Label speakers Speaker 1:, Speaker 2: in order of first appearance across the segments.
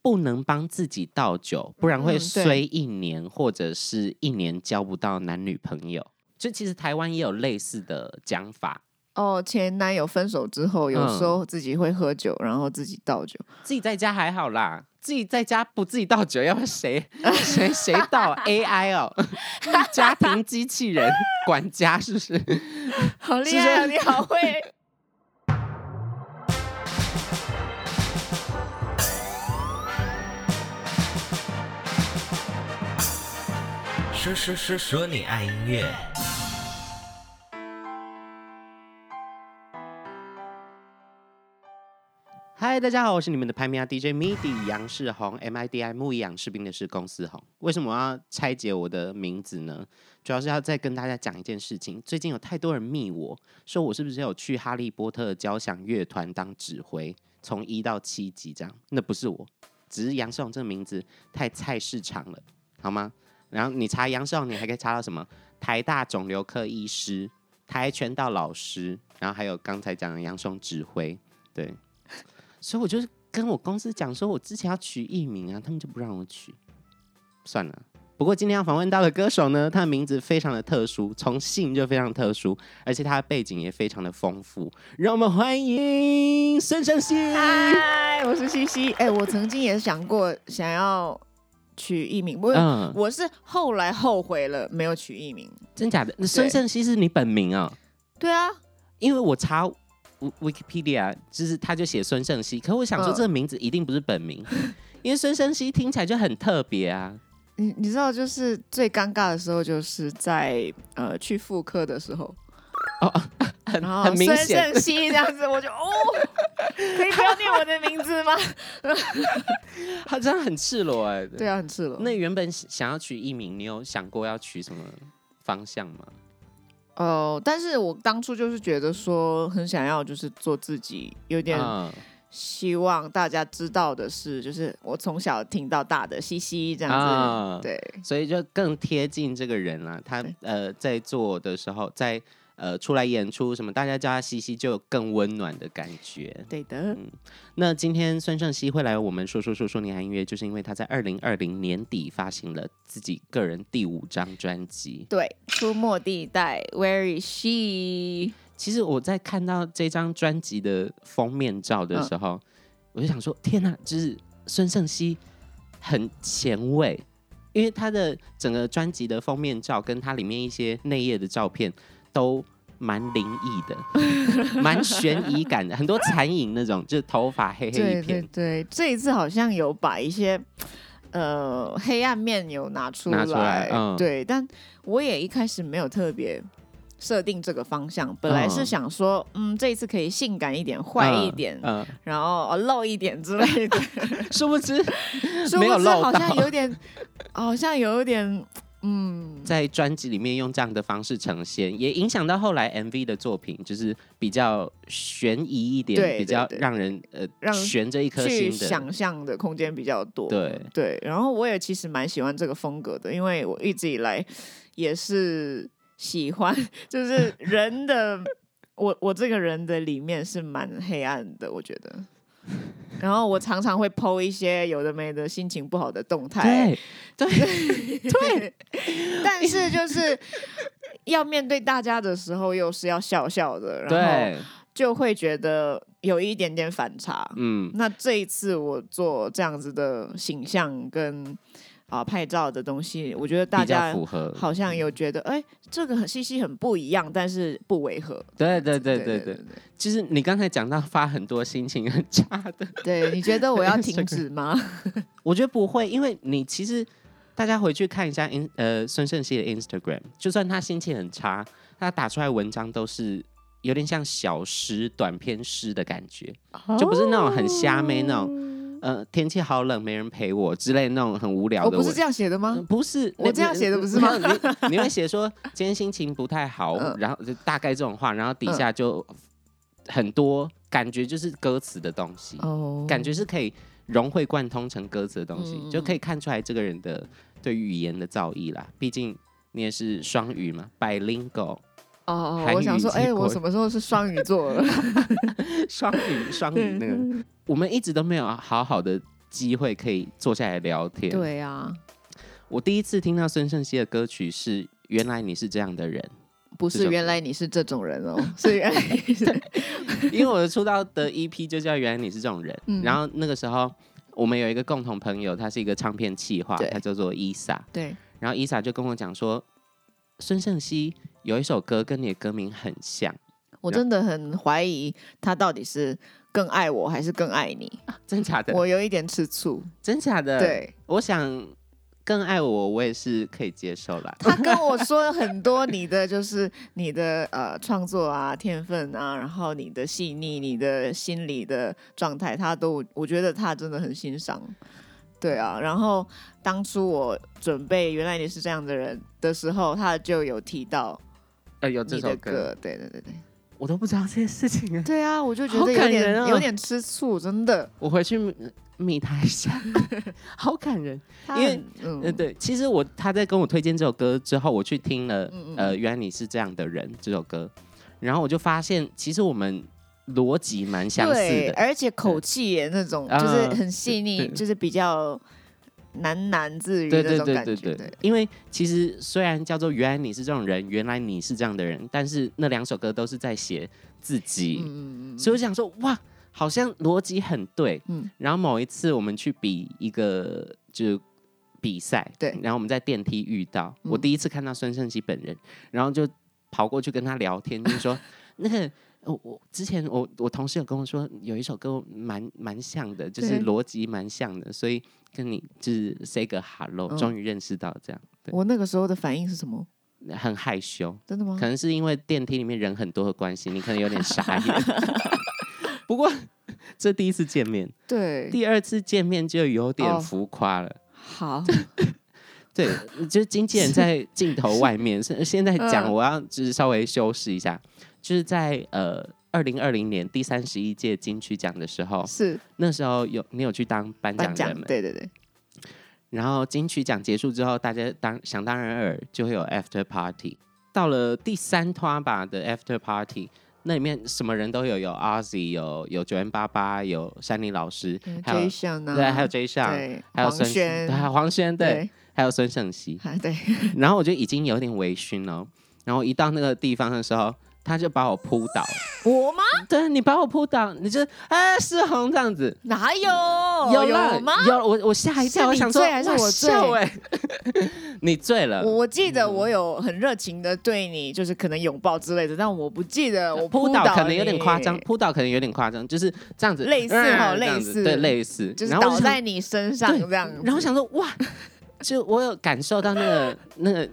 Speaker 1: 不能帮自己倒酒，不然
Speaker 2: 嗯
Speaker 1: 会
Speaker 2: 对
Speaker 1: 衰一年，或者是一年交不到男女朋友。就其实台湾也有类似的讲法，
Speaker 2: 哦，前男友分手之后，有时候自己会喝酒，然后自己倒酒。
Speaker 1: 自己在家还好啦，自己在家不自己倒酒，要不然 谁谁谁倒 AI 哦， 家庭机器人管家是不是？
Speaker 2: 好
Speaker 1: 厉害啊
Speaker 2: 你好 会。
Speaker 3: 说说说说你爱音乐。
Speaker 1: 嗨，大家好，我是你们的拍米亚 DJ MIDI 杨世宏，M I D I 木一杨士兵的是公司红。为什么我要拆解我的名字呢？主要是要再跟大家讲一件事情。最近有太多人密我说我是不是有去哈利波特的交响乐团当指挥，从一到七级这样？那不是我，只是杨世宏这个名字太菜市场了，好吗？然后你查杨世宏，你还可以查到什么？台大肿瘤科医师、跆拳道老师，然后还有刚才讲的杨世宏指挥，对。所以我就是跟我公司讲说，我之前要取艺名啊，他们就不让我取，算了。不过今天要访问到的歌手呢，他的名字非常的特殊，从姓就非常特殊，而且他的背景也非常的丰富。让我们欢迎孙胜熙。
Speaker 2: 嗨，我是西西。哎、我曾经也想过想要取艺名，我、
Speaker 1: 嗯，
Speaker 2: 我是后来后悔了，没有取艺名。
Speaker 1: 真假的？那孙胜熙是你本名啊、
Speaker 2: 对啊，
Speaker 1: 因为我查 Wi- Wikipedia，就是他就写孙胜熙，可我想说
Speaker 2: 嗯
Speaker 1: 这个名字一定不是本 名，因为孙胜熙听起来就很特别啊。
Speaker 2: 你你知道，就是最尴尬的时候，就是在呃去妇科的时候，哦
Speaker 1: 很
Speaker 2: 然后
Speaker 1: 很明
Speaker 2: 孙
Speaker 1: 显
Speaker 2: 胜熙这样子，我就 哦，可以不要念我的名字吗？
Speaker 1: 他这样很赤裸哎、
Speaker 2: 对啊，很赤裸。
Speaker 1: 那原本想想要取艺名，你有想过要取什么方向吗？
Speaker 2: 哦、但是我当初就是觉得说，很想要就是做自己，有点
Speaker 1: 嗯
Speaker 2: 希望大家知道的是，就是我从小听到大的西西这样子。
Speaker 1: 啊
Speaker 2: 对，
Speaker 1: 所以就更贴近这个人啦。他
Speaker 2: 对
Speaker 1: 呃在做的时候，在呃出来演出什么，大家叫他西西，就有更温暖的感觉。
Speaker 2: 对的，
Speaker 1: 嗯那今天孙胜熙会来我们说说说说你爱音乐，就是因为他在二零二零年底发行了自己个人第五张专辑。
Speaker 2: 对，出没地带，Where is she？
Speaker 1: 其实我在看到这张专辑的封面照的时候，我就想说：天哪、就是孙盛熙很前卫，因为他的整个专辑的封面照跟他里面一些内页的照片都蛮灵异的， 蛮悬疑感的，很多残影那种，就是头发黑黑
Speaker 2: 对
Speaker 1: 一
Speaker 2: 对
Speaker 1: 片。
Speaker 2: 对，这一次好像有把一些呃黑暗面有拿出
Speaker 1: 拿出来嗯
Speaker 2: 对，但我也一开始没有特别设定这个方向，本来是
Speaker 1: 嗯
Speaker 2: 想说，嗯，这一次可以性感一点、坏一点，
Speaker 1: 嗯，嗯
Speaker 2: 然后、哦、露一点之 类的，
Speaker 1: 殊不知
Speaker 2: 殊
Speaker 1: 没
Speaker 2: 不
Speaker 1: 有
Speaker 2: 知
Speaker 1: 露
Speaker 2: 好
Speaker 1: 到
Speaker 2: 像有点，好像有点，嗯，
Speaker 1: 在专辑里面用这样的方式呈现，也影响到后来 MV 的作品，就是比较悬疑一点，
Speaker 2: 对
Speaker 1: 比较
Speaker 2: 对对
Speaker 1: 让人呃
Speaker 2: 让
Speaker 1: 悬着一颗
Speaker 2: 去
Speaker 1: 心的。
Speaker 2: 想象的空间比较多。
Speaker 1: 对
Speaker 2: 对，然后我也其实蛮喜欢这个风格的，因为我一直以来也是喜欢，就是人的我 我这个人的里面是蛮黑暗的，我觉得。然后我常常会剖一些有的没的心情不好的动态，
Speaker 1: 对对 对，
Speaker 2: 但是就是要面对大家的时候，又是要笑笑的，然后
Speaker 1: 对，
Speaker 2: 就会觉得有一点点反差。
Speaker 1: 嗯，
Speaker 2: 那这一次我做这样子的形象跟啊、拍照的东西，我觉得大
Speaker 1: 比较
Speaker 2: 家
Speaker 1: 符合。嗯
Speaker 2: 好像有觉得，哎、这个很西西很不一样，但是不违和。
Speaker 1: 对对对
Speaker 2: 对
Speaker 1: 对对，就是你刚才讲到发很多心情很差的，
Speaker 2: 对对，你觉得 我要停止吗？
Speaker 1: 我觉得不会，因为你其实大家回去看一下 in 呃孙胜熙的 Instagram，就算他心情很差，他打出来文章都是有点像小诗、短篇诗的感觉。就不是那种很瞎妹那种，呃，天气好冷，没人陪我之类那种很无聊
Speaker 2: 我
Speaker 1: 的文。
Speaker 2: 哦不是这样写的吗
Speaker 1: 嗯，？不是
Speaker 2: 我这样写的不是吗？
Speaker 1: 那不你你会写说今天心情不太好，
Speaker 2: 嗯
Speaker 1: 然后就大概这种话，然后底下就很多感觉就是歌词的东西，
Speaker 2: 哦，
Speaker 1: 嗯感觉是可以融会贯通成歌词的东西，
Speaker 2: 嗯
Speaker 1: 就可以看出来这个人的对语言的造诣啦。毕竟你也是双语嘛，bilingual，
Speaker 2: 哦哦，
Speaker 1: 韩
Speaker 2: 我
Speaker 1: 语
Speaker 2: 想说，
Speaker 1: 结
Speaker 2: 哎、
Speaker 1: 果
Speaker 2: 我什么时候是 双鱼座了？
Speaker 1: 双语双语那个。我们一直都没有好好的机会可以坐下来聊天。
Speaker 2: 对啊，
Speaker 1: 我第一次听到孙盛希的歌曲是《原来你是这样的人
Speaker 2: 不
Speaker 1: 这
Speaker 2: 是
Speaker 1: 首
Speaker 2: 原
Speaker 1: 歌
Speaker 2: 来你是这种人 哦，是原来你是》，
Speaker 1: 因为我的出道的 EP 就叫《原来你是这种人》
Speaker 2: 嗯
Speaker 1: 然后那个时候我们有一个共同朋友，他是一个唱片企划
Speaker 2: 对，
Speaker 1: 他叫做伊萨。
Speaker 2: 对
Speaker 1: 然后伊萨就跟我讲说，孙盛希有一首歌跟你的歌名很像，
Speaker 2: 我真的很怀疑他到底是更爱我还是更爱你，
Speaker 1: 真假的？
Speaker 2: 我有一点吃醋。
Speaker 1: 真假的？，
Speaker 2: 对
Speaker 1: 我想更爱我，我也是可以接受啦。
Speaker 2: 他跟我说了很多你的就是你的呃创作啊天分啊，然后你的细腻、你的心理的状态，他都我觉得他真的很欣赏。对啊，然后当初我准备原来你是这样的人的时候，他就有提到
Speaker 1: 呃，有这
Speaker 2: 你
Speaker 1: 首
Speaker 2: 的
Speaker 1: 歌，
Speaker 2: 歌，对对对对，
Speaker 1: 我都不知道这件事情啊。
Speaker 2: 对啊，我就觉
Speaker 1: 好
Speaker 2: 得有
Speaker 1: 感
Speaker 2: 点、
Speaker 1: 人哦
Speaker 2: 有点吃醋，真的。
Speaker 1: 我回去嗯密他一 下，好感人。
Speaker 2: 他
Speaker 1: 因为
Speaker 2: 很嗯
Speaker 1: 呃，对，其实我他在跟我推荐这首歌之后，我去听了，
Speaker 2: 嗯嗯
Speaker 1: 呃，原来你是这样的人这首歌，然后我就发现，其实我们逻辑蛮相似
Speaker 2: 对，
Speaker 1: 的。
Speaker 2: 而且口气也那种，就是
Speaker 1: 啊
Speaker 2: 很细
Speaker 1: 对
Speaker 2: 腻，
Speaker 1: 对
Speaker 2: 就是比较喃喃自语
Speaker 1: 对
Speaker 2: 那
Speaker 1: 对
Speaker 2: 种
Speaker 1: 对
Speaker 2: 感
Speaker 1: 对
Speaker 2: 觉。
Speaker 1: 对，因为其实虽然叫做“原来你是这种人”，原来你是这样的人，但是那两首歌都是在写自己，
Speaker 2: 嗯嗯嗯
Speaker 1: 所以我想说，哇，好像逻辑很对。
Speaker 2: 嗯
Speaker 1: 然后某一次我们去比一个就是比赛，
Speaker 2: 对
Speaker 1: 然后我们在电梯遇到，
Speaker 2: 嗯
Speaker 1: 我第一次看到孙盛熙本人，然后就跑过去跟他聊天，就是 说那个。我我之前我我同事有跟我说有一首歌蛮蛮像的，就是
Speaker 2: 对
Speaker 1: 逻辑蛮像的，所以跟你就是 say 个 hello，、
Speaker 2: 嗯
Speaker 1: 终于认识到这样，对
Speaker 2: 我那个时候的反应是什么？
Speaker 1: 很害羞，
Speaker 2: 真的吗
Speaker 1: 可？能是因为电梯里面人很多的关系，你可能有点傻 眼。不过这第一次见面，
Speaker 2: 对，
Speaker 1: 第二次见面就有点
Speaker 2: 哦
Speaker 1: 浮夸了。
Speaker 2: 好，
Speaker 1: 对，呃就是经纪人在镜头外面。现现在讲，
Speaker 2: 嗯
Speaker 1: 我要就是稍微修饰一下，就是在呃二零二零年第三十一届金曲奖的时候，
Speaker 2: 是
Speaker 1: 那时候有你有去当颁奖
Speaker 2: 颁奖
Speaker 1: 人，嘛？
Speaker 2: 对对对，
Speaker 1: 然后金曲奖结束之后，大家当想当然尔就会有 after party。到了第三拖把的 after party，那里面什么人都有，有 Ozzy，有有九零八八，有山林老师，还有
Speaker 2: Jason 啊，
Speaker 1: 对，还有 J 上，
Speaker 2: 对，
Speaker 1: 还有
Speaker 2: 黄
Speaker 1: 孙
Speaker 2: 轩，
Speaker 1: 对，还有黄轩，对，
Speaker 2: 对，
Speaker 1: 还有孙盛熙。
Speaker 2: 啊对，
Speaker 1: 然后我就已经有点微醺了，然后一到那个地方的时候，他就把我扑倒，
Speaker 2: 我吗？
Speaker 1: 对你把我扑倒，你就哎世宏这样子。
Speaker 2: 哪有？
Speaker 1: 有
Speaker 2: 哦有
Speaker 1: 了
Speaker 2: 吗？
Speaker 1: 有了我我吓一
Speaker 2: 是
Speaker 1: 跳，我
Speaker 2: 你
Speaker 1: 想说
Speaker 2: 醉还是
Speaker 1: 哇
Speaker 2: 我醉
Speaker 1: 笑欸 你醉了，
Speaker 2: 我我记得
Speaker 1: 嗯
Speaker 2: 我有很热情的对你，就是可能拥抱之类的，但我不记得我
Speaker 1: 扑倒
Speaker 2: 倒
Speaker 1: 可能有点夸张，
Speaker 2: 你
Speaker 1: 扑倒可能有点夸张，就是这样子，
Speaker 2: 类似哦
Speaker 1: 嗯这样子
Speaker 2: 类似
Speaker 1: 对，类似，
Speaker 2: 就是
Speaker 1: 然后我
Speaker 2: 倒
Speaker 1: 想
Speaker 2: 在你身上
Speaker 1: 对
Speaker 2: 这样子。
Speaker 1: 然后想说哇，就我有感受到那个那个就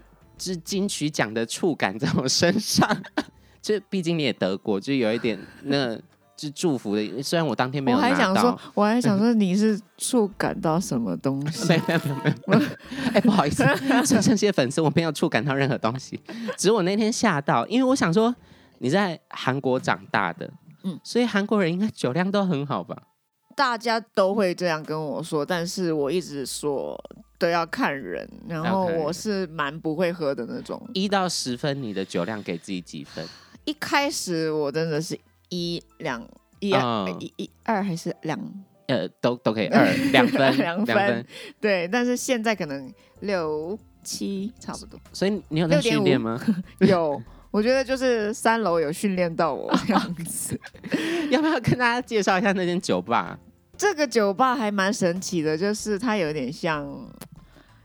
Speaker 1: 是金曲奖的触感在我身上， 就毕竟你也得过，就有一点那个就祝福的，虽然我当天没
Speaker 2: 我
Speaker 1: 有
Speaker 2: 还
Speaker 1: 拿
Speaker 2: 想说
Speaker 1: 到。，
Speaker 2: 我还 想说你是触感到什么东
Speaker 1: 没
Speaker 2: 西？
Speaker 1: 有没有没有没有， 哎、不好意思，这这些粉丝我没有触感到任何东西，只是我那天吓到，因为我想说你在韩国长大的，嗯
Speaker 2: 嗯，
Speaker 1: 所以韩国人应该酒量都很好吧？
Speaker 2: 大家都会这样跟我说，但是我一直说都要看人，然后
Speaker 1: OK
Speaker 2: 我是蛮不会喝的那种。
Speaker 1: 一到十分，你的酒量给自己几分？
Speaker 2: 一开始我真的是一两一二
Speaker 1: 嗯
Speaker 2: 一一二还是两
Speaker 1: 呃，都都可以，二两分，
Speaker 2: 两分
Speaker 1: 分。
Speaker 2: 对，但是现在可能六七差不多
Speaker 1: 所以你有在
Speaker 2: 6.5
Speaker 1: 训练吗？
Speaker 2: 有。我觉得就是三楼有训练到我这样子。
Speaker 1: 要不要跟大家介绍一下那间酒吧？
Speaker 2: 这个酒吧还蛮神奇的，就是它有点像，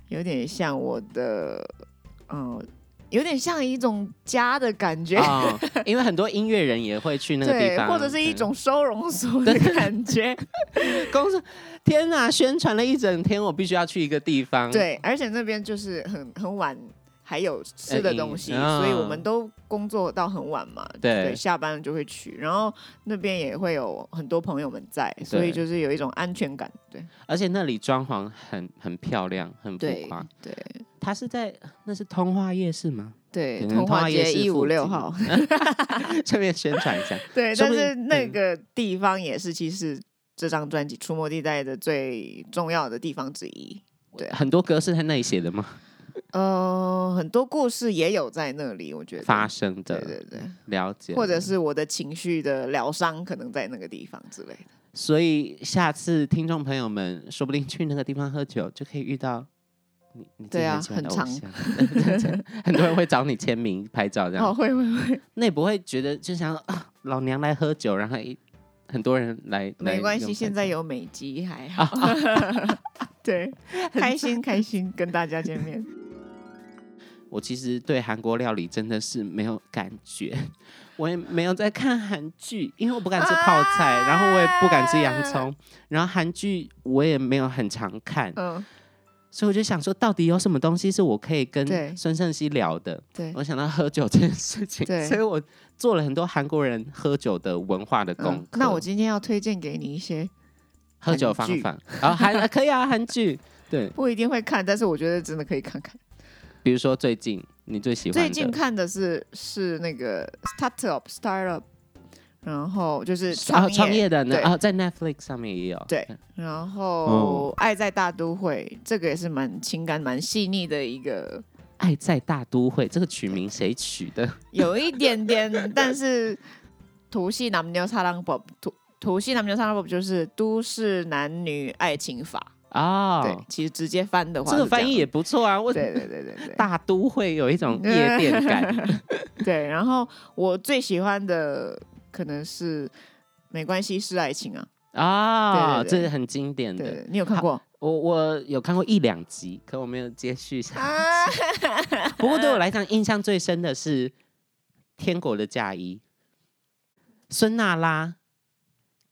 Speaker 2: 有点像我的，嗯、有点像一种家的感觉，
Speaker 1: 哦，因为很多音乐人也会去那个地
Speaker 2: 对，
Speaker 1: 方，
Speaker 2: 或者是一
Speaker 1: 嗯
Speaker 2: 种收容所 的感觉，
Speaker 1: 公司。天哪，宣传了一整天，我必须要去一个地方。，
Speaker 2: 对，而且那边就是很很晚。还有吃的东西，
Speaker 1: 呃饮
Speaker 2: 所以
Speaker 1: 嗯
Speaker 2: 我们都工作到很晚嘛，
Speaker 1: 对
Speaker 2: 下班了就会去，然后那边也会有很多朋友们在，所以就是有一种安全感，对，
Speaker 1: 而且那里装潢很很漂亮，很浮
Speaker 2: 对
Speaker 1: 夸。，
Speaker 2: 对，
Speaker 1: 它是在那是通化夜市吗？
Speaker 2: 对，
Speaker 1: 嗯
Speaker 2: 通
Speaker 1: 通化
Speaker 2: 化
Speaker 1: 夜
Speaker 2: 街
Speaker 1: 市
Speaker 2: 一
Speaker 1: 附
Speaker 2: 五六
Speaker 1: 近
Speaker 2: 号，
Speaker 1: 顺便宣传一下。
Speaker 2: 对，
Speaker 1: 说
Speaker 2: 但
Speaker 1: 不
Speaker 2: 是
Speaker 1: 定
Speaker 2: 那
Speaker 1: 嗯
Speaker 2: 个地方也是其实这张专辑《出没地带》的最重要的地方之一。对啊，
Speaker 1: 很多歌是在那里写的吗？
Speaker 2: 呃，很多故事也有在那里，我觉得
Speaker 1: 发生的，
Speaker 2: 对对对，
Speaker 1: 了解。
Speaker 2: 或者是我的情绪的疗伤可能在那个地方之类的。
Speaker 1: 所以下次听众朋友们，说不定去那个地方喝酒，就可以遇到你你自己
Speaker 2: 对啊
Speaker 1: 很喜欢的
Speaker 2: 很
Speaker 1: 偶像， 很多人会找你签名拍照这样。
Speaker 2: 哦，会会会，
Speaker 1: 那也不会觉得就想啊，老娘来喝酒，然后一很多人来，来
Speaker 2: 没关
Speaker 1: 用
Speaker 2: 系，
Speaker 1: 餐
Speaker 2: 现在有美肌还 好。对，开心开心，跟大家见面。
Speaker 1: 我其实对韩国料理真的是没有感 觉，我也没有在看韩剧，因为我不敢吃泡菜，
Speaker 2: 啊
Speaker 1: 然后我也不敢吃洋葱，然后韩剧我也没有很常看，
Speaker 2: 嗯，
Speaker 1: 所以我就想说，到底有什么东西是我可以
Speaker 2: 对
Speaker 1: 跟孙胜熙聊的？
Speaker 2: 对，
Speaker 1: 我想到喝酒这件事情
Speaker 2: 对，
Speaker 1: 所以我做了很多韩国人喝酒的文化的功
Speaker 2: 嗯
Speaker 1: 课。
Speaker 2: 那我今天要推荐给你一些
Speaker 1: 喝酒方
Speaker 2: 韩剧
Speaker 1: 法，然后韩 可以啊，韩剧对，
Speaker 2: 不一定会看，但是我觉得真的可以看看。
Speaker 1: 比如说最近你最喜欢
Speaker 2: 最
Speaker 1: 的哦
Speaker 2: 近看的是是那个 startup startup，然后就是
Speaker 1: 啊
Speaker 2: 创
Speaker 1: 创业嗯的呢
Speaker 2: 对
Speaker 1: 啊，在 Netflix 上面也有
Speaker 2: 对然后《
Speaker 1: 哦
Speaker 2: 爱在大都会》这个也是蛮情感蛮细腻的一个，
Speaker 1: 爱在大都会》这个取名谁取的？
Speaker 2: 有一点点，但是图系男妞擦浪 b 图图系男妞擦浪 b 就是都市男女爱情法，对
Speaker 1: 哦，，
Speaker 2: 其实直接翻的话
Speaker 1: 这
Speaker 2: 是
Speaker 1: 个翻译
Speaker 2: 样
Speaker 1: 也不错啊。我
Speaker 2: 对对对对对
Speaker 1: 大都会有一种夜店 感，
Speaker 2: 对。然后我最喜欢的可能是没关系是爱情啊，
Speaker 1: 啊，
Speaker 2: 对对对
Speaker 1: 这是很经典的。
Speaker 2: 对你有看过？
Speaker 1: 我我有看过一两集，可我没有接续下。
Speaker 2: 啊，
Speaker 1: 不过对我来讲，印象最深的是《天国的嫁衣》，孙娜拉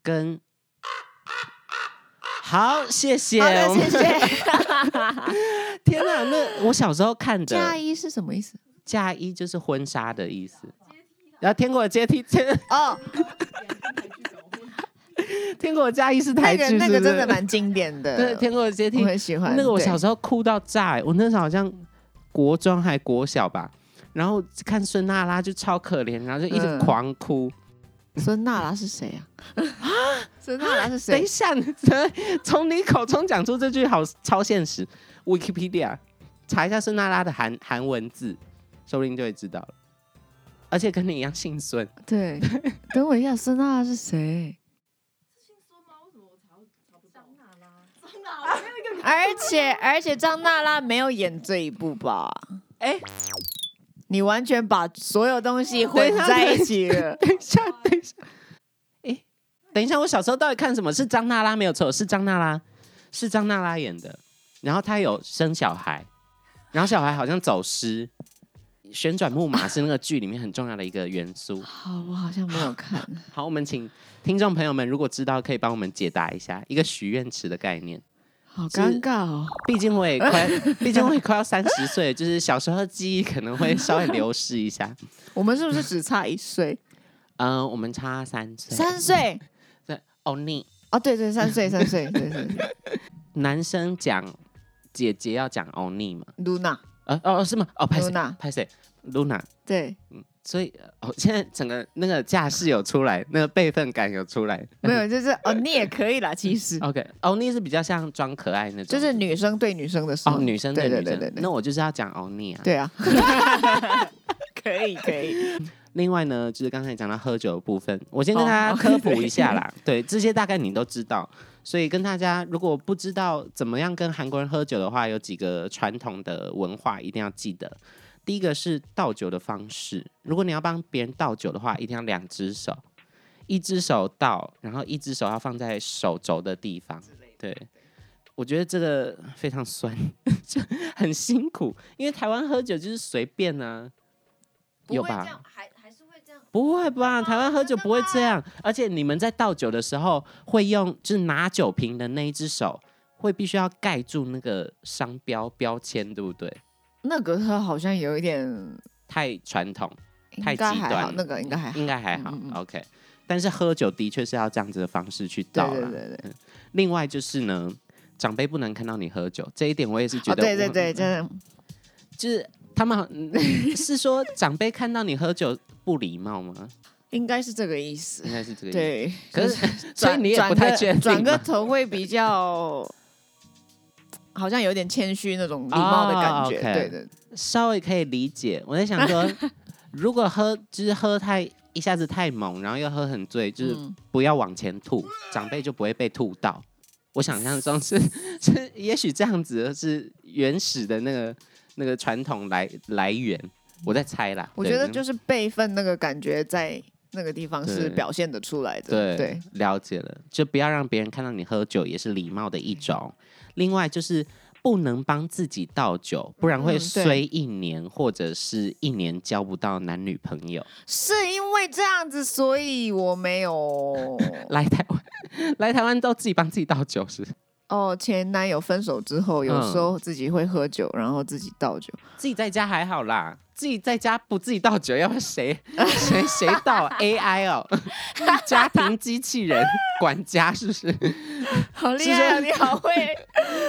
Speaker 1: 跟。好，谢谢。
Speaker 2: 好的，
Speaker 1: 我们
Speaker 2: 谢谢。
Speaker 1: 天哪，那我小时候看的
Speaker 2: 嫁衣是什么意思？
Speaker 1: 嫁衣就是婚纱的意思。然后天国的阶梯，天
Speaker 2: 哦，
Speaker 1: 天国的嫁衣是台
Speaker 2: 那
Speaker 1: 剧
Speaker 2: 个
Speaker 1: 是不
Speaker 2: 那
Speaker 1: 是，
Speaker 2: 个真的蛮经典的，
Speaker 1: 对天国的阶梯
Speaker 2: 我，很喜欢。
Speaker 1: 那个我
Speaker 2: 对
Speaker 1: 小时候哭到炸、欸，我那时候好像国中还国小吧，然后看孙娜拉就超可怜，然后就一直
Speaker 2: 嗯
Speaker 1: 狂哭。
Speaker 2: 孙娜拉是谁啊？孙娜拉是
Speaker 1: 等一
Speaker 2: 谁？
Speaker 1: 下， 你从你口中讲出这句好超现实。Wikipedia 查一下孙娜拉的韩韩文字，说不定就会知道了。而且跟你一样姓孙，
Speaker 2: 对，等我一下，孙娜拉是谁？而且而且张娜拉没有演这一部吧？
Speaker 1: 哎
Speaker 2: 你完全把所有东西混在一起了。
Speaker 1: 等一下，等一下，哎、啊等一下，我小时候到底看什么？是张娜拉没有错，是张娜拉，是张娜拉演的。然后她有生小孩，然后小孩好像走失。旋转木马是那个剧里面很重要的一个元 素。
Speaker 2: 好，我好像没有看。
Speaker 1: 好，我们请听众朋友们，如果知道，可以帮我们解答一下一个许愿池的概念。
Speaker 2: 好尴尬哦！
Speaker 1: 毕竟我也 快，毕竟我也快要三十岁，就是小时候的记忆可能会稍微流失一下。
Speaker 2: 我们是不是只差一岁？
Speaker 1: 嗯、我们差三岁，
Speaker 2: 三岁？
Speaker 1: 对哦，你
Speaker 2: 哦，对对，三岁，三岁，对对对。
Speaker 1: 男生讲姐姐要讲欧尼嘛？
Speaker 2: Luna，
Speaker 1: 呃哦是吗？哦拍谁
Speaker 2: Luna
Speaker 1: 拍谁？Luna。
Speaker 2: 对，
Speaker 1: 所以呃哦，现在整个那个架势有出来，那个辈分感有出来。
Speaker 2: 没有，就是哦，你也可以啦，其实
Speaker 1: OK，欧尼是比较像装可爱那种，
Speaker 2: 嗯就是女生对女生的时候，
Speaker 1: 哦女生对
Speaker 2: 对
Speaker 1: 女
Speaker 2: 对
Speaker 1: 生。
Speaker 2: 对对对
Speaker 1: 那，我就是要讲欧尼啊。
Speaker 2: 对 啊，可以可以，
Speaker 1: 另外呢，就是刚才讲到喝酒的部分，我先跟大家
Speaker 2: 哦
Speaker 1: 科普一下啦。对，这些大概你都知道，所以跟大家如果不知道怎么样跟韩国人喝酒的话，有几个传统的文化一定要记得。第一个是倒酒的方式，如果你要帮别人倒酒的话，一定要两只手，一只手倒，然后一只手要放在手肘的地方。对，我觉得这个非常酸， 就很辛苦，因为台湾喝酒就是随便啊，有吧？
Speaker 4: 还还是会这样。
Speaker 1: 不会吧？
Speaker 2: 哦
Speaker 1: 台湾喝酒不会这样，而且你们在倒酒的时候会用，就是拿酒瓶的那一只手会必须要盖住那个商标标签，对不对？
Speaker 2: 那个他好像有一点，
Speaker 1: 太传统，太极
Speaker 2: 应该
Speaker 1: 端
Speaker 2: 还好，
Speaker 1: 了
Speaker 2: 那个应该还好，
Speaker 1: 应该还好。
Speaker 2: 嗯嗯嗯
Speaker 1: OK，但是喝酒的确是要这样子的方式去
Speaker 2: 对
Speaker 1: 倒
Speaker 2: 对
Speaker 1: 了。
Speaker 2: 对对，
Speaker 1: 另外就是呢，长辈不能看到你喝酒，这一点我嗯也是觉
Speaker 2: 哦
Speaker 1: 得，
Speaker 2: 对对对，真的
Speaker 1: 就是他们好 是说长辈看到你喝酒不礼貌吗？
Speaker 2: 应该是这个意思
Speaker 1: 应，该是这个意思。
Speaker 2: 对，
Speaker 1: 可，
Speaker 2: 就是
Speaker 1: 所以你也
Speaker 2: 转
Speaker 1: 不太
Speaker 2: 个
Speaker 1: 确定
Speaker 2: 转个
Speaker 1: 吗
Speaker 2: 头会比较。好像有点谦虚那种礼貌的感觉，
Speaker 1: 哦，OK
Speaker 2: 对对，
Speaker 1: 稍微可以理解。我在想说，如果喝就是喝太一下子太猛，然后又喝很醉，就是
Speaker 2: 嗯
Speaker 1: 不要往前吐，长辈就不会被吐到。我想象中是 是，也许这样子是原始的那个那个传统来来源，我在猜啦。
Speaker 2: 我
Speaker 1: 对
Speaker 2: 觉得
Speaker 1: 那
Speaker 2: 就是辈分那个感觉在那个地方是
Speaker 1: 对
Speaker 2: 表现得出来的。
Speaker 1: 对
Speaker 2: 对，
Speaker 1: 了解了，就不要让别人看到你喝酒，也是礼貌的一种。另外就是不能帮自己倒酒，不然
Speaker 2: 嗯
Speaker 1: 会
Speaker 2: 对
Speaker 1: 衰一年，或者是一年交不到男女朋友。
Speaker 2: 是因为这样子，所以我没 有
Speaker 1: 来台湾，来台湾都自己帮自己倒酒是，
Speaker 2: 哦。前男友分手之后，有时
Speaker 1: 嗯
Speaker 2: 候自己会喝酒，然后自己倒酒。
Speaker 1: 自己在家还好啦，自己在家不自己倒酒，要不然谁 谁谁倒 AI 哦，家庭机器人管家是不是？
Speaker 2: 好厉
Speaker 1: 是
Speaker 2: 害、啊，
Speaker 1: 说
Speaker 2: 你好会。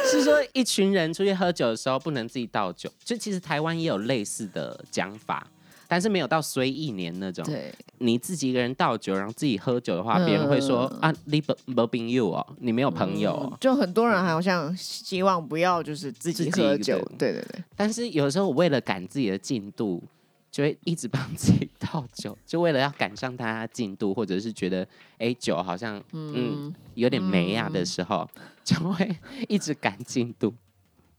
Speaker 1: 是说一群人出去喝酒的时候不能自己倒酒，就其实台湾也有类似的讲法，但是没有到随意年那种。
Speaker 2: 对，
Speaker 1: 你自己一个人倒酒，然后自己喝酒的话，
Speaker 2: 嗯
Speaker 1: 别人会说啊，你不不朋友哦，你没有朋友
Speaker 2: 嗯
Speaker 1: 哦。
Speaker 2: 就很多人好像希望不要就是自己
Speaker 1: 自己
Speaker 2: 喝酒。
Speaker 1: 对
Speaker 2: 对对对，
Speaker 1: 但是有时候我为了赶自己的进度，就会一直帮自己倒酒，就为了要赶上大家的进度，或者是觉得哎酒好像嗯
Speaker 2: 嗯，
Speaker 1: 有点梅亚的时候，就会一直赶进度。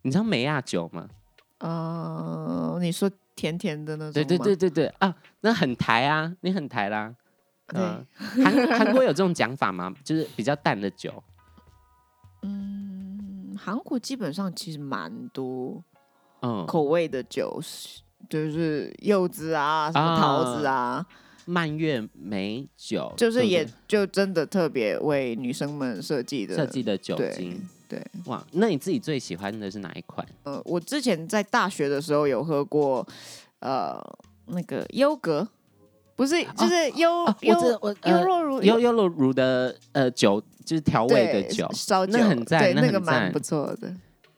Speaker 1: 你知道梅亚酒 吗？
Speaker 2: 哦，你说甜甜的那种
Speaker 1: 对对
Speaker 2: 吗
Speaker 1: 对，对对啊，那很台啊，你很台啦。
Speaker 2: 对
Speaker 1: 嗯，韩韩国有这种讲法吗？就是比较淡的酒，
Speaker 2: 嗯，韩国基本上其实蛮多
Speaker 1: 嗯，
Speaker 2: 口味的酒，是就是柚子啊，什么桃子啊，
Speaker 1: 蔓越莓酒，
Speaker 2: 就是
Speaker 1: 对不
Speaker 2: 也
Speaker 1: 对
Speaker 2: 就真的特别为女生们设计的
Speaker 1: 设计的酒
Speaker 2: 对
Speaker 1: 精。
Speaker 2: 对，
Speaker 1: 哇，那你自己最喜欢的是哪一款？
Speaker 2: 呃，我之前在大学的时候有喝过，呃，那个优格，不是，就是优
Speaker 1: 啊，我
Speaker 2: 优
Speaker 1: 这我
Speaker 2: 优
Speaker 1: 呃
Speaker 2: 若乳
Speaker 1: 优优酪乳的呃酒，就是调味的
Speaker 2: 对
Speaker 1: 酒，
Speaker 2: 烧酒，
Speaker 1: 那很赞
Speaker 2: 对，
Speaker 1: 那
Speaker 2: 那个
Speaker 1: 很赞
Speaker 2: 蛮不错的。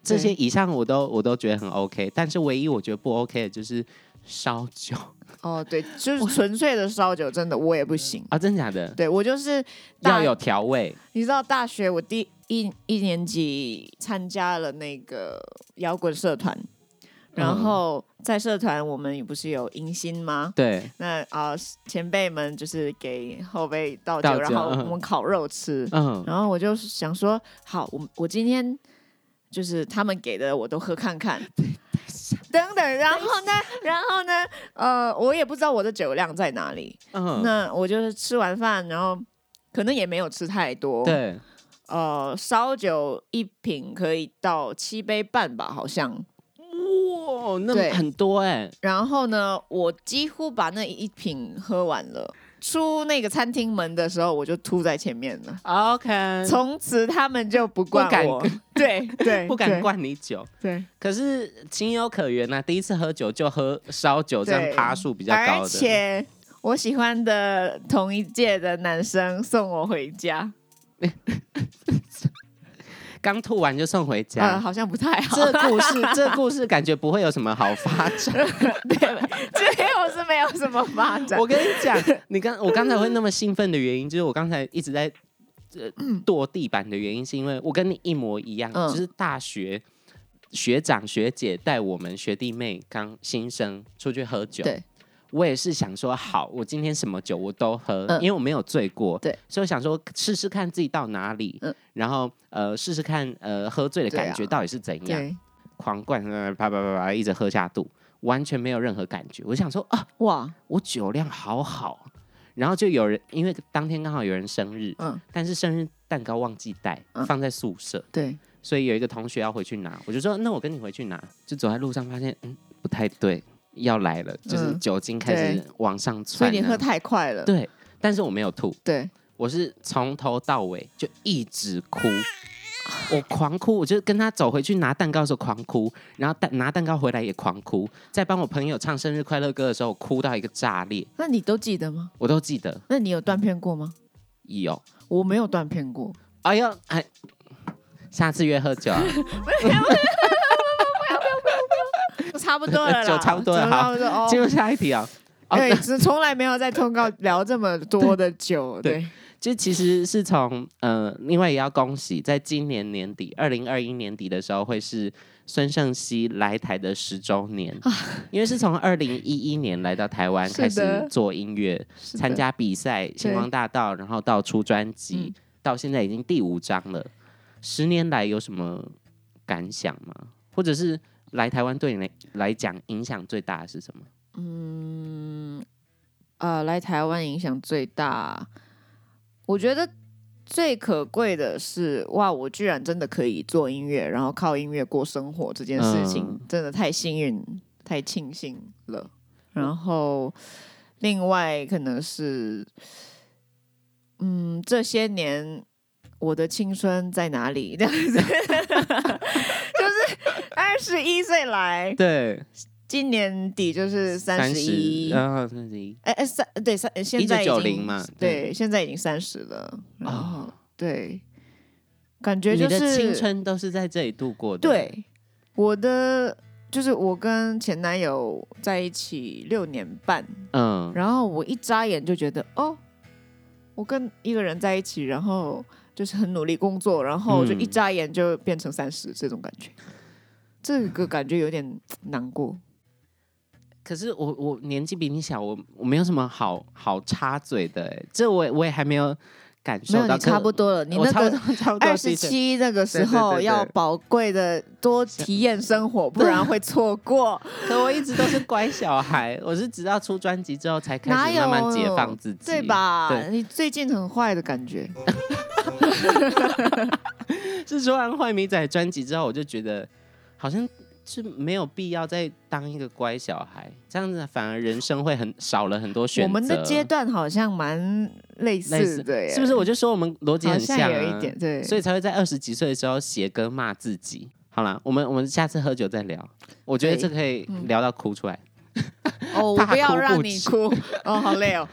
Speaker 1: 这些
Speaker 2: 对
Speaker 1: 以上我都我都觉得很 OK，但是唯一我觉得不 OK 的就是烧酒
Speaker 2: 哦，对，就是纯粹的烧酒，真的我也不行。
Speaker 1: 啊，真的假的？
Speaker 2: 对我就是大
Speaker 1: 要有调味，
Speaker 2: 你知道大学我第一一年级参加了那个摇滚社团，
Speaker 1: 嗯
Speaker 2: 然后在社团我们不是有迎新吗？
Speaker 1: 对，
Speaker 2: 那啊、前辈们就是给后辈倒酒，
Speaker 1: 倒酒
Speaker 2: 然后
Speaker 1: 嗯
Speaker 2: 我们烤肉吃。
Speaker 1: 嗯，
Speaker 2: 然后我就想说，好，我我今天就是他们给的我都喝看看， 等等。然后呢，然后呢，呃，我也不知道我的酒量在哪里。
Speaker 1: 嗯，
Speaker 2: 那我就是吃完饭，然后可能也没有吃太多，
Speaker 1: 对，
Speaker 2: 呃，烧酒一瓶可以到七杯半吧，好像。
Speaker 1: 哇，那
Speaker 2: 对
Speaker 1: 很多哎、
Speaker 2: 然后呢，我几乎把那一瓶喝完了。出那个餐厅门的时候，我就吐在前面了。
Speaker 1: OK，
Speaker 2: 从此他们就不
Speaker 1: 嗯不
Speaker 2: 灌
Speaker 1: 敢
Speaker 2: 我， 对对，
Speaker 1: 不
Speaker 2: 对
Speaker 1: 敢，灌你酒，
Speaker 2: 对，
Speaker 1: 可是情有可原啊呐、第一次喝酒就喝烧酒，这样
Speaker 2: 对
Speaker 1: 趴数比较高
Speaker 2: 而
Speaker 1: 的。
Speaker 2: 且我喜欢的同一届的男生送我回家，
Speaker 1: 刚吐完就送回家，
Speaker 2: 呃，好像不太好，
Speaker 1: 这故事这故事感觉不会有什么好发展。
Speaker 2: 最后是没有什么发展。
Speaker 1: 我跟你讲，你刚我刚才会那么兴奋的原因，就是我刚才一直在呃跺地板的原因，是因为我跟你一模一样，
Speaker 2: 嗯
Speaker 1: 就是大学。学长学姐带我们学弟妹刚新生出去喝酒，
Speaker 2: 对
Speaker 1: 我也是想说，好，我今天什么酒我都喝，
Speaker 2: 嗯
Speaker 1: 因为我没有醉过，
Speaker 2: 对，
Speaker 1: 所以我想说试试看自己到哪里，
Speaker 2: 嗯
Speaker 1: 然后呃试试看呃喝醉的
Speaker 2: 对啊
Speaker 1: 感觉到底是怎样，
Speaker 2: 对，
Speaker 1: 狂灌，呃啪啪啪啪一直喝下肚，完全没有任何感觉。我想说啊，
Speaker 2: 哇，
Speaker 1: 我酒量好好，然后就有人因为当天刚好有人生日，
Speaker 2: 嗯，
Speaker 1: 但是生日蛋糕忘记带，
Speaker 2: 嗯
Speaker 1: 放在宿舍，
Speaker 2: 对，
Speaker 1: 所以有一个同学要回去拿，我就说那我跟你回去拿。就走在路上发现，嗯，不太对，要来了，就是
Speaker 2: 嗯
Speaker 1: 酒精开始
Speaker 2: 对
Speaker 1: 往上
Speaker 2: 所
Speaker 1: 窜、啊
Speaker 2: 以你喝太快了，
Speaker 1: 对，但是我没有吐，
Speaker 2: 对，
Speaker 1: 我是从头到尾就一直哭，我狂哭，我就跟他走回去拿蛋糕的时候狂哭，然后蛋拿蛋糕回来也狂哭，在帮我朋友唱生日快乐歌的时候，我哭到一个炸裂，
Speaker 2: 那你都记得吗？
Speaker 1: 我都记得
Speaker 2: 那你有断片过吗？
Speaker 1: 有。
Speaker 2: 我没有断片过，
Speaker 1: 哎呦，哎，下次约喝酒、啊，
Speaker 2: 差不多了 啦，
Speaker 1: 酒差不多了好
Speaker 2: 差不多 哦。哎
Speaker 1: 进入下一题啊、哦。
Speaker 2: 对，从从来没有在通告聊这么多的酒，
Speaker 1: 对
Speaker 2: 对，
Speaker 1: 就其实是从呃，另外也要恭喜，在今年年底，二零二一年底的时候，会是孙盛熙来台的十周年， 因为是从二零一一年来到台湾
Speaker 2: 啊是
Speaker 1: 开始
Speaker 2: 的
Speaker 1: 做音乐，
Speaker 2: 是
Speaker 1: 参
Speaker 2: 的
Speaker 1: 加比赛，星光大道，然后到出专
Speaker 2: 嗯
Speaker 1: 辑，到现在已经第五张了。十年来有什么感想吗？或者是来台湾对你来来讲影响最大的是什么？
Speaker 2: 呃，来台湾影响最大，我觉得最可贵的是，哇，我居然真的可以做音乐，然后靠音乐过生活这件事情，
Speaker 1: 嗯
Speaker 2: 真的太幸运、太庆幸了。然后，另外可能是，嗯，这些年我的青春在哪里？这 样子，就是二十一岁来，
Speaker 1: 对，
Speaker 2: 今年底就是三十一，
Speaker 1: 啊，三十一，
Speaker 2: 哎哎三对三，呃现在已经
Speaker 1: 1990嘛对
Speaker 2: 对，现在已经三十了，然后、
Speaker 1: 哦
Speaker 2: 对，感觉
Speaker 1: 你
Speaker 2: 就
Speaker 1: 的
Speaker 2: 是
Speaker 1: 青春都是在这里度过的。，
Speaker 2: 对我的就是我跟前男友在一起六年半，
Speaker 1: 嗯，
Speaker 2: 然后我一眨眼就觉得哦，我跟一个人在一起，然后就是很努力工作，然后就
Speaker 1: 嗯
Speaker 2: 一眨眼就变成三十这种感觉，这个感觉有点难过。
Speaker 1: 可是我我年纪比你小，我我没有什么好好插嘴的、欸，这我也我也还没有感
Speaker 2: 没
Speaker 1: 受
Speaker 2: 有，
Speaker 1: 到。
Speaker 2: 你差不多了，你
Speaker 1: 我
Speaker 2: 那
Speaker 1: 差
Speaker 2: 个
Speaker 1: 不多差不多
Speaker 2: 二
Speaker 1: 是
Speaker 2: 十
Speaker 1: 一岁，
Speaker 2: 七那个时
Speaker 1: 对
Speaker 2: 候
Speaker 1: 对对对
Speaker 2: 要宝贵的多体验生活，不然会错 过。
Speaker 1: 可我一直都是乖小孩，我是直到出专辑之后才开
Speaker 2: 哪
Speaker 1: 始
Speaker 2: 有
Speaker 1: 慢慢解放自己，
Speaker 2: 对？吧？
Speaker 1: 对
Speaker 2: 你最近很坏的感觉，
Speaker 1: 是说完《坏米仔》专辑之后，我就觉得好像是没有必要再当一个乖小孩，这样子反而人生会很少了很多选择。
Speaker 2: 我们的阶段好像蛮类
Speaker 1: 类似
Speaker 2: 似的耶，
Speaker 1: 是不是？？我就说我们逻辑
Speaker 2: 好
Speaker 1: 很
Speaker 2: 像
Speaker 1: 像、啊，
Speaker 2: 有一点，对。
Speaker 1: 所以才会在二十几岁的时候写歌骂自己。好啦，我们我们下次喝酒再聊，我觉得
Speaker 2: 对嗯
Speaker 1: 这可以聊到哭出来。
Speaker 2: 哦，我
Speaker 1: 怕
Speaker 2: 不要
Speaker 1: 哭
Speaker 2: 让
Speaker 1: 不
Speaker 2: 你
Speaker 1: 止
Speaker 2: 哭，哦，好累哦。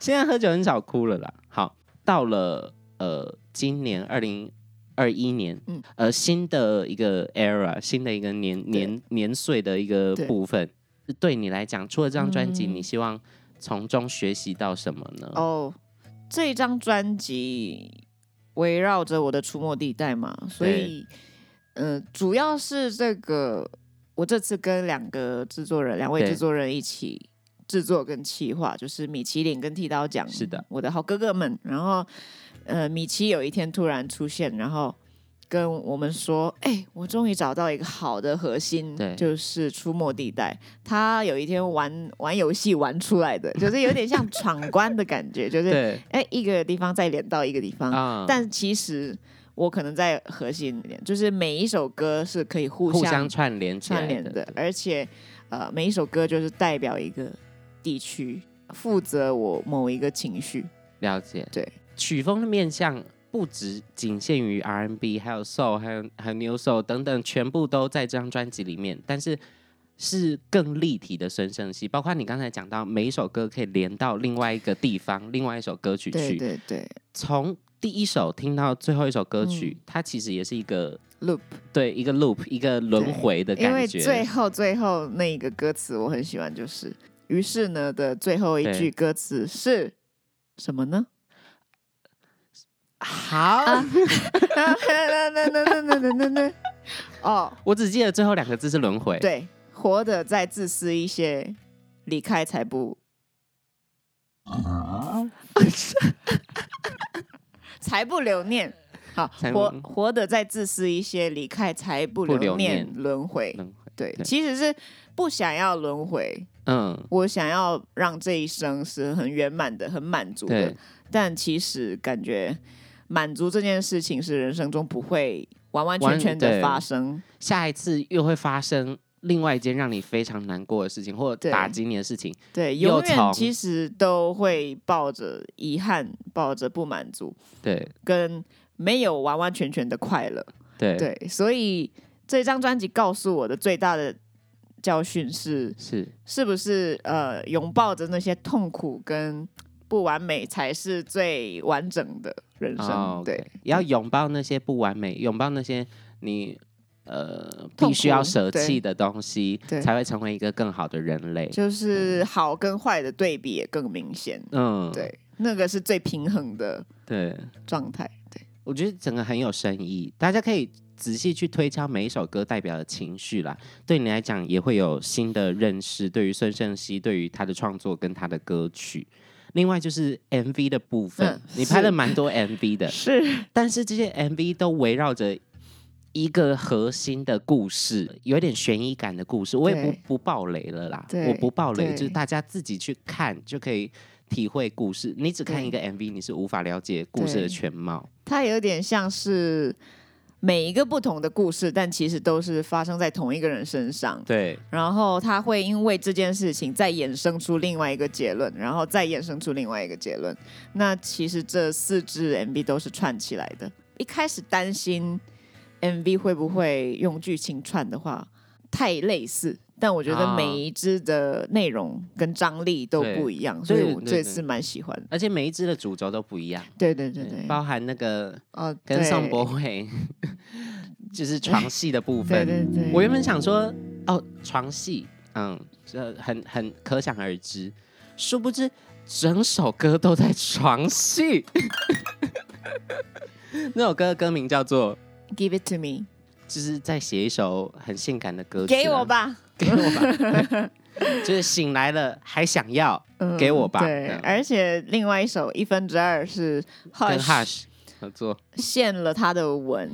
Speaker 1: 现在喝酒很少哭了啦。好，到了呃，今年二零二一年，
Speaker 2: 嗯
Speaker 1: 呃，新的一个 era，新的一个年年年岁的一个
Speaker 2: 对
Speaker 1: 部分，对你来讲，除了这张专辑，
Speaker 2: 嗯
Speaker 1: 你希望从中学习到什么呢？
Speaker 2: 哦，这张专辑围绕着我的出没地带嘛，所
Speaker 1: 对
Speaker 2: 以，呃，主要是这个，我这次跟两个制作人，两位
Speaker 1: 对
Speaker 2: 制作人一起制作跟企划，就是米其林跟剃刀奖，
Speaker 1: 是的，
Speaker 2: 我的好哥哥们。然后，呃，米奇有一天突然出现，然后。跟我们说，哎、我终于找到一个好的核心
Speaker 1: 对，
Speaker 2: 就是出没地带。他有一天玩玩游戏玩出 来的，就是有点像闯关的感觉，就是
Speaker 1: 对
Speaker 2: 哎、一个地方再连到一个地方，
Speaker 1: 啊
Speaker 2: 嗯但其实我可能在核心一点，就是每一首歌是可以互
Speaker 1: 互
Speaker 2: 相
Speaker 1: 相串联起来
Speaker 2: 串联
Speaker 1: 的，
Speaker 2: 的，而且呃，每一首歌就是代表一个地区，负责我某一个情绪，
Speaker 1: 了解。
Speaker 2: 对，
Speaker 1: 曲风的面向不只仅限于 R&B，还有 Soul，还有还有 New Soul 等等，全部都在这张专辑里面。但是是更立体的声声系，包括你刚才讲到，每一首歌可以连到另外一个地方，另外一首歌曲
Speaker 2: 对
Speaker 1: 去。
Speaker 2: 对对
Speaker 1: 从第一首听到最后一首歌
Speaker 2: 嗯
Speaker 1: 曲，它其实也是一个
Speaker 2: ，loop。
Speaker 1: 对一个 loop 一个轮回的
Speaker 2: 因
Speaker 1: 感
Speaker 2: 为
Speaker 1: 觉。
Speaker 2: 最后最后那一个歌词我很喜欢，就是于是呢的最后一
Speaker 1: 对
Speaker 2: 句歌词是什么呢？
Speaker 1: 好，
Speaker 2: 哦，
Speaker 1: 我只记得最后两个字是轮回。
Speaker 2: 对，活得再自私一些，离开才不。
Speaker 1: 啊
Speaker 2: 才不留念，好
Speaker 1: 才，不嗯
Speaker 2: 活活得再自私一些，离开才不
Speaker 1: 不留
Speaker 2: 留念
Speaker 1: 念
Speaker 2: 轮回。
Speaker 1: 轮回，
Speaker 2: 对
Speaker 1: 对，
Speaker 2: 其实是不想要轮回，
Speaker 1: 嗯，
Speaker 2: 我想要让这一生是很圆满的、很满足的
Speaker 1: 对。，
Speaker 2: 但其实感觉满足这件事情是人生中不会完完全
Speaker 1: 完
Speaker 2: 全的
Speaker 1: 对
Speaker 2: 发生。
Speaker 1: 下一次又会发生另外一件让你非常难过的事情，或者
Speaker 2: 对
Speaker 1: 打击你的事情。
Speaker 2: 对，
Speaker 1: 又
Speaker 2: 永远
Speaker 1: 从
Speaker 2: 其实都会抱着遗憾、抱着不满足，
Speaker 1: 对
Speaker 2: 跟没有完完全全的快乐。
Speaker 1: 对
Speaker 2: 对，所以这张专辑告诉我的最大的教训是，
Speaker 1: 是
Speaker 2: 是不是呃，拥抱着那些痛苦跟不完美才是最完整的人生？
Speaker 1: 哦，
Speaker 2: 对
Speaker 1: OK，要拥抱那些不完美，拥抱那些你呃必
Speaker 2: 痛苦
Speaker 1: 须要舍
Speaker 2: 对
Speaker 1: 弃的东西，
Speaker 2: 对
Speaker 1: 才会成为一个更好的人类。
Speaker 2: 就是好跟坏的对比也更明显。
Speaker 1: 嗯，
Speaker 2: 对，那个是最平衡的
Speaker 1: 对，
Speaker 2: 状态。对，
Speaker 1: 我觉得整个很有深意，大家可以仔细去推敲每一首歌代表的情绪啦。对你来讲，也会有新的认识，对于孙盛熙，对于他的创作跟他的歌曲。另外就是 MV 的部分，
Speaker 2: 嗯
Speaker 1: 你拍了
Speaker 2: 是
Speaker 1: 蛮多 MV 的，
Speaker 2: 是
Speaker 1: 但 是这些 MV 都围绕着一个核心的故事，有点悬疑感的故事。我也不
Speaker 2: 对
Speaker 1: 不爆雷了啦，
Speaker 2: 对
Speaker 1: 我不爆雷，
Speaker 2: 对
Speaker 1: 就是大家自己去看就可以体会故事。你只看
Speaker 2: 对
Speaker 1: 一个 MV，你是无法了解故事的
Speaker 2: 对
Speaker 1: 全貌。
Speaker 2: 它有点像是每一个不同的故事，但其实都是发生在同一个人身上。
Speaker 1: 对，
Speaker 2: 然后他会因为这件事情再衍生出另外一个结论，然后再衍生出另外一个结论。那其实这四支 MV 都是串起来的。一开始担心 MV 会不会用剧情串的话太类似，但我觉得
Speaker 1: 啊
Speaker 2: 每一支的内容跟张力都不一样，所以
Speaker 1: 对
Speaker 2: 我
Speaker 1: 对
Speaker 2: 这
Speaker 1: 对
Speaker 2: 次蛮喜欢的。
Speaker 1: 而且每一支的主轴都不一样，
Speaker 2: 对对对对，
Speaker 1: 包含那个
Speaker 2: 哦，
Speaker 1: 跟宋
Speaker 2: 对
Speaker 1: 博伟 就是床戏的部
Speaker 2: 对
Speaker 1: 分。
Speaker 2: 对对，
Speaker 1: 我原本想说，哦，床戏，嗯，这很很可想而知。殊不知，整首歌都在床戏。 那首歌的歌名叫做，
Speaker 2: give it to me，
Speaker 1: 就是在写一首很性感的歌曲、啊
Speaker 2: 给我，吧。
Speaker 1: 给我 吧。对就是醒来了还想要
Speaker 2: 嗯
Speaker 1: 给我吧
Speaker 2: 对
Speaker 1: 这样，
Speaker 2: 而且另外一首《一分之二》是
Speaker 1: 跟
Speaker 2: Hush
Speaker 1: Hush 合作。
Speaker 2: 献了他的吻，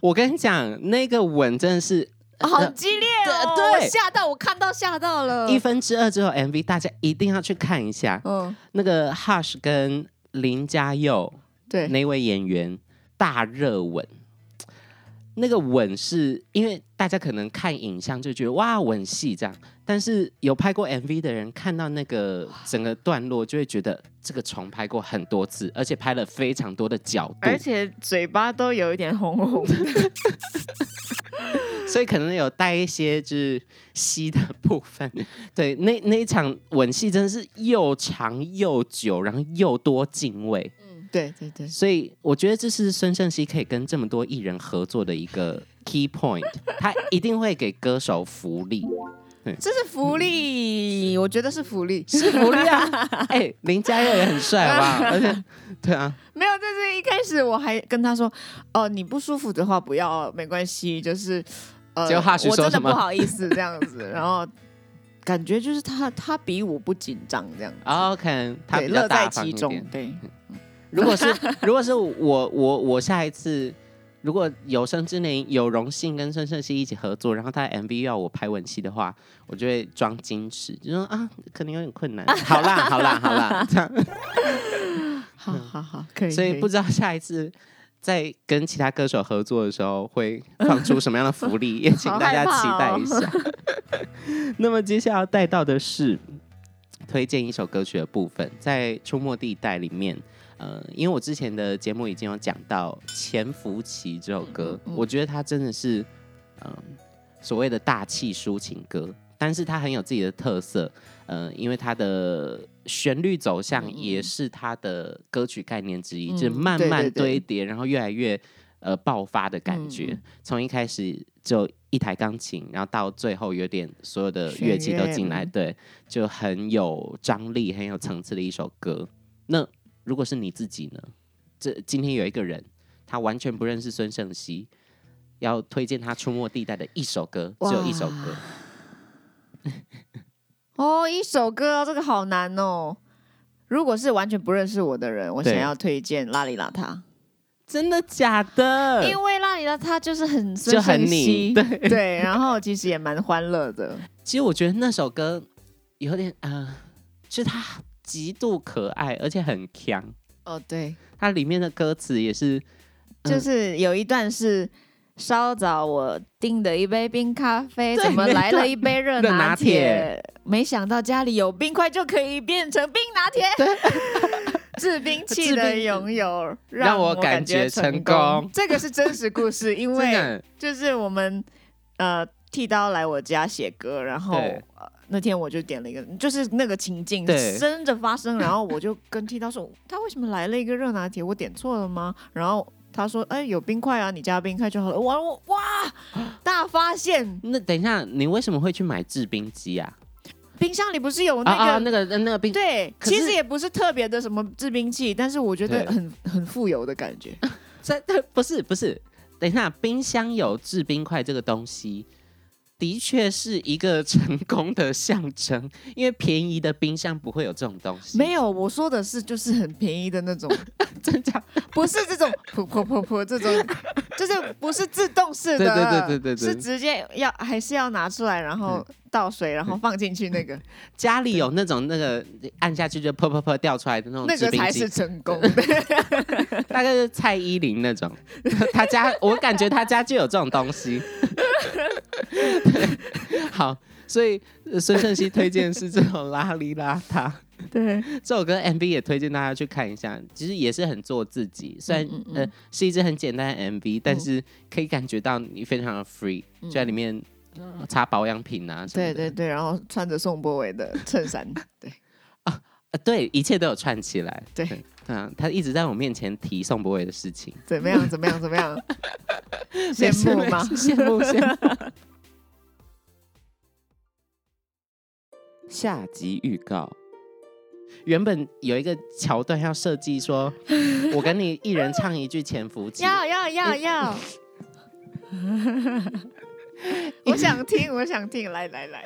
Speaker 1: 我跟你讲，那个吻真的是
Speaker 2: 啊好激烈哦！
Speaker 1: 呃对对
Speaker 2: 我吓到，我看到吓到了。
Speaker 1: 一分之二之后 MV，大家一定要去看一下。
Speaker 2: 嗯，
Speaker 1: 那个 Hush 跟林嘉佑
Speaker 2: 对，
Speaker 1: 那位演员大热吻，那个吻是因为大家可能看影像就觉得哇吻戏这样，但是有拍过 MV 的人看到那个整个段落，就会觉得这个重拍过很多次，而且拍了非常多的角度
Speaker 2: 而，且嘴巴都有一点红红的。
Speaker 1: 所以可能有带一些就是吸的部分。 对，那那一场吻戏真的是又长又久，然后又多敬畏。
Speaker 2: 对对对，
Speaker 1: 所以我觉得这是孙盛熙可以跟这么多艺人合作的一个 key point，他一定会给歌手福利，
Speaker 2: 这是福利，我觉得是福利，
Speaker 1: 嗯 是福利啊！哎、林嘉佑也很帅，好不好？而且，对啊，
Speaker 2: 没有，就是一开始我还跟他说，哦，你不舒服的话不要，没关系，就是呃，
Speaker 1: 结果哈士
Speaker 2: 我
Speaker 1: 说
Speaker 2: 真的
Speaker 1: 什么
Speaker 2: 不好意思这样子， 然后感觉就是他他比我不紧张这样子，
Speaker 1: 然后可能哦他
Speaker 2: 对，
Speaker 1: 比较
Speaker 2: 乐在
Speaker 1: 大方
Speaker 2: 其
Speaker 1: 一
Speaker 2: 中
Speaker 1: 点。，嗯
Speaker 2: 对，
Speaker 1: 如果是 如果是我我我下一次。如果有生之年有荣幸跟孙盛熙一起合作，然后他的 MV 要我拍吻戏的话，我就会装矜持，就说啊，可能有点困难。好啦，好啦，好啦，这样。
Speaker 2: 好好好，可以，
Speaker 1: 所以
Speaker 2: 可
Speaker 1: 不知道下一次在跟其他歌手合作的时候会放出什么样的福利，也请大家期待一下。 那么接下来要带到的是推荐一首歌曲的部分，在《出没地带》里面。呃，因为我之前的节目已经有讲到《潜伏期》这首歌，
Speaker 2: 嗯嗯嗯
Speaker 1: 我觉得它真的是，嗯、所谓的大气抒情歌，但是它很有自己的特色。呃，因为它的旋律走向
Speaker 2: 嗯嗯
Speaker 1: 也是它的歌曲概念之一，
Speaker 2: 嗯
Speaker 1: 就是慢慢
Speaker 2: 对对
Speaker 1: 堆
Speaker 2: 对
Speaker 1: 叠，然后越来越呃爆发的感觉。
Speaker 2: 嗯
Speaker 1: 从一开始就一台钢琴，然后到最后有点所有的乐器都进来，
Speaker 2: 弦乐
Speaker 1: 对，就很有张力、很有层次的一首歌。那如果是你自己呢？这今天有一个人，他完全不认识孙盛熙，要推荐他出没地带的一首歌，只有一首歌。
Speaker 2: 哦，一首歌、哦，这个好难哦。如果是完全不认识我的人，我
Speaker 1: 对
Speaker 2: 想要推荐《邋里邋遢
Speaker 1: 真的假》，的？
Speaker 2: 因为《邋里邋遢》就是很
Speaker 1: 嗯
Speaker 2: 孙
Speaker 1: 就很
Speaker 2: 盛
Speaker 1: 你
Speaker 2: 熙 对然后其实也蛮欢 乐的，
Speaker 1: 其实我觉得那首歌有点啊、呃，就是它极度可爱，而且很强。
Speaker 2: 哦，对，
Speaker 1: 它里面的歌词也是，嗯
Speaker 2: 就是有一段是稍早我订的一杯冰咖啡，
Speaker 1: 对
Speaker 2: 怎么
Speaker 1: 那
Speaker 2: 来了
Speaker 1: 段
Speaker 2: 一杯热
Speaker 1: 热拿
Speaker 2: 拿
Speaker 1: 铁
Speaker 2: 铁？没想到家里有冰块就可以变成冰拿铁。 制冰器
Speaker 1: 制
Speaker 2: 的
Speaker 1: 冰
Speaker 2: 拥有
Speaker 1: 让我
Speaker 2: 我
Speaker 1: 感觉
Speaker 2: 觉
Speaker 1: 成功
Speaker 2: 功，这个是真实故事，因
Speaker 1: 真
Speaker 2: 为
Speaker 1: 的
Speaker 2: 就是我们呃剃刀来我家写歌，然后
Speaker 1: 对
Speaker 2: 呃那天我就点了一个，就是那个情境
Speaker 1: 对
Speaker 2: 真的发生，然后我就跟剃刀说，他为什么来了一个热拿铁？我点错了吗？然后他说：“哎、有冰块啊，你加冰块就好了。”哇我哇，大发现！
Speaker 1: 那等一下，你为什么会去买制冰机啊？
Speaker 2: 冰箱里不是哦有那个、
Speaker 1: 啊啊，那个那个冰，
Speaker 2: 对，
Speaker 1: 可
Speaker 2: 其
Speaker 1: 是
Speaker 2: 实也不是特别的什么制冰器，但是我觉得
Speaker 1: 对
Speaker 2: 很很富有的感觉。
Speaker 1: 这这 不是不是，等一下，冰箱有制冰块这个东西，的确是一个成功的象征，因为便宜的冰箱不会有这种东西。
Speaker 2: 没有，我说的是就是很便宜的 那种，
Speaker 1: 真假？
Speaker 2: 不是这种噗噗噗噗这种，就是不是自动式的，
Speaker 1: 对对对对对对嗯
Speaker 2: 是直接要还是要拿出来，然后倒水，然后放进去那个，
Speaker 1: 家里有那种那个按下去就噗噗噗掉出来的那种
Speaker 2: 那
Speaker 1: 制
Speaker 2: 个
Speaker 1: 冰
Speaker 2: 才
Speaker 1: 机
Speaker 2: 是，成功的。
Speaker 1: 大概是蔡依林那种， 他家我感觉他家就有这种东西。 对好，所以呃孙盛熙推荐是这种邋里邋遢。
Speaker 2: 对，
Speaker 1: 这首歌 MV 也推荐大家去看一下，其实也是很做自己，虽然
Speaker 2: 嗯嗯
Speaker 1: 呃是一支很简单的 MV，但是可以感觉到你非常的 free，、就在里面、呃擦保养品啊什么的，
Speaker 2: 嗯对对对，然后穿着宋博伟的衬衫，对，
Speaker 1: 呃对，一切都有串起来。
Speaker 2: 对
Speaker 1: 嗯、他一直在我面前提宋博伟的事情，
Speaker 2: 怎么样？怎么样？怎么样？羡慕吗？
Speaker 1: 没事没事 羡慕羡慕。 下集预告。原本有一个桥段要设计 说，我跟你一人唱一句潜伏期，
Speaker 2: 要要要要！
Speaker 1: 嗯
Speaker 2: 我想听，我想听，来来来，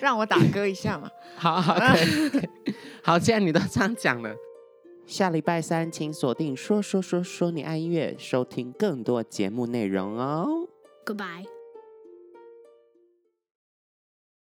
Speaker 2: 让我打歌一下嘛。
Speaker 1: 好好，可以，可以好，既然你都这样讲了，下礼拜三请锁定“说说说说你爱音乐”，收听更多节目内容哦。
Speaker 4: Goodbye.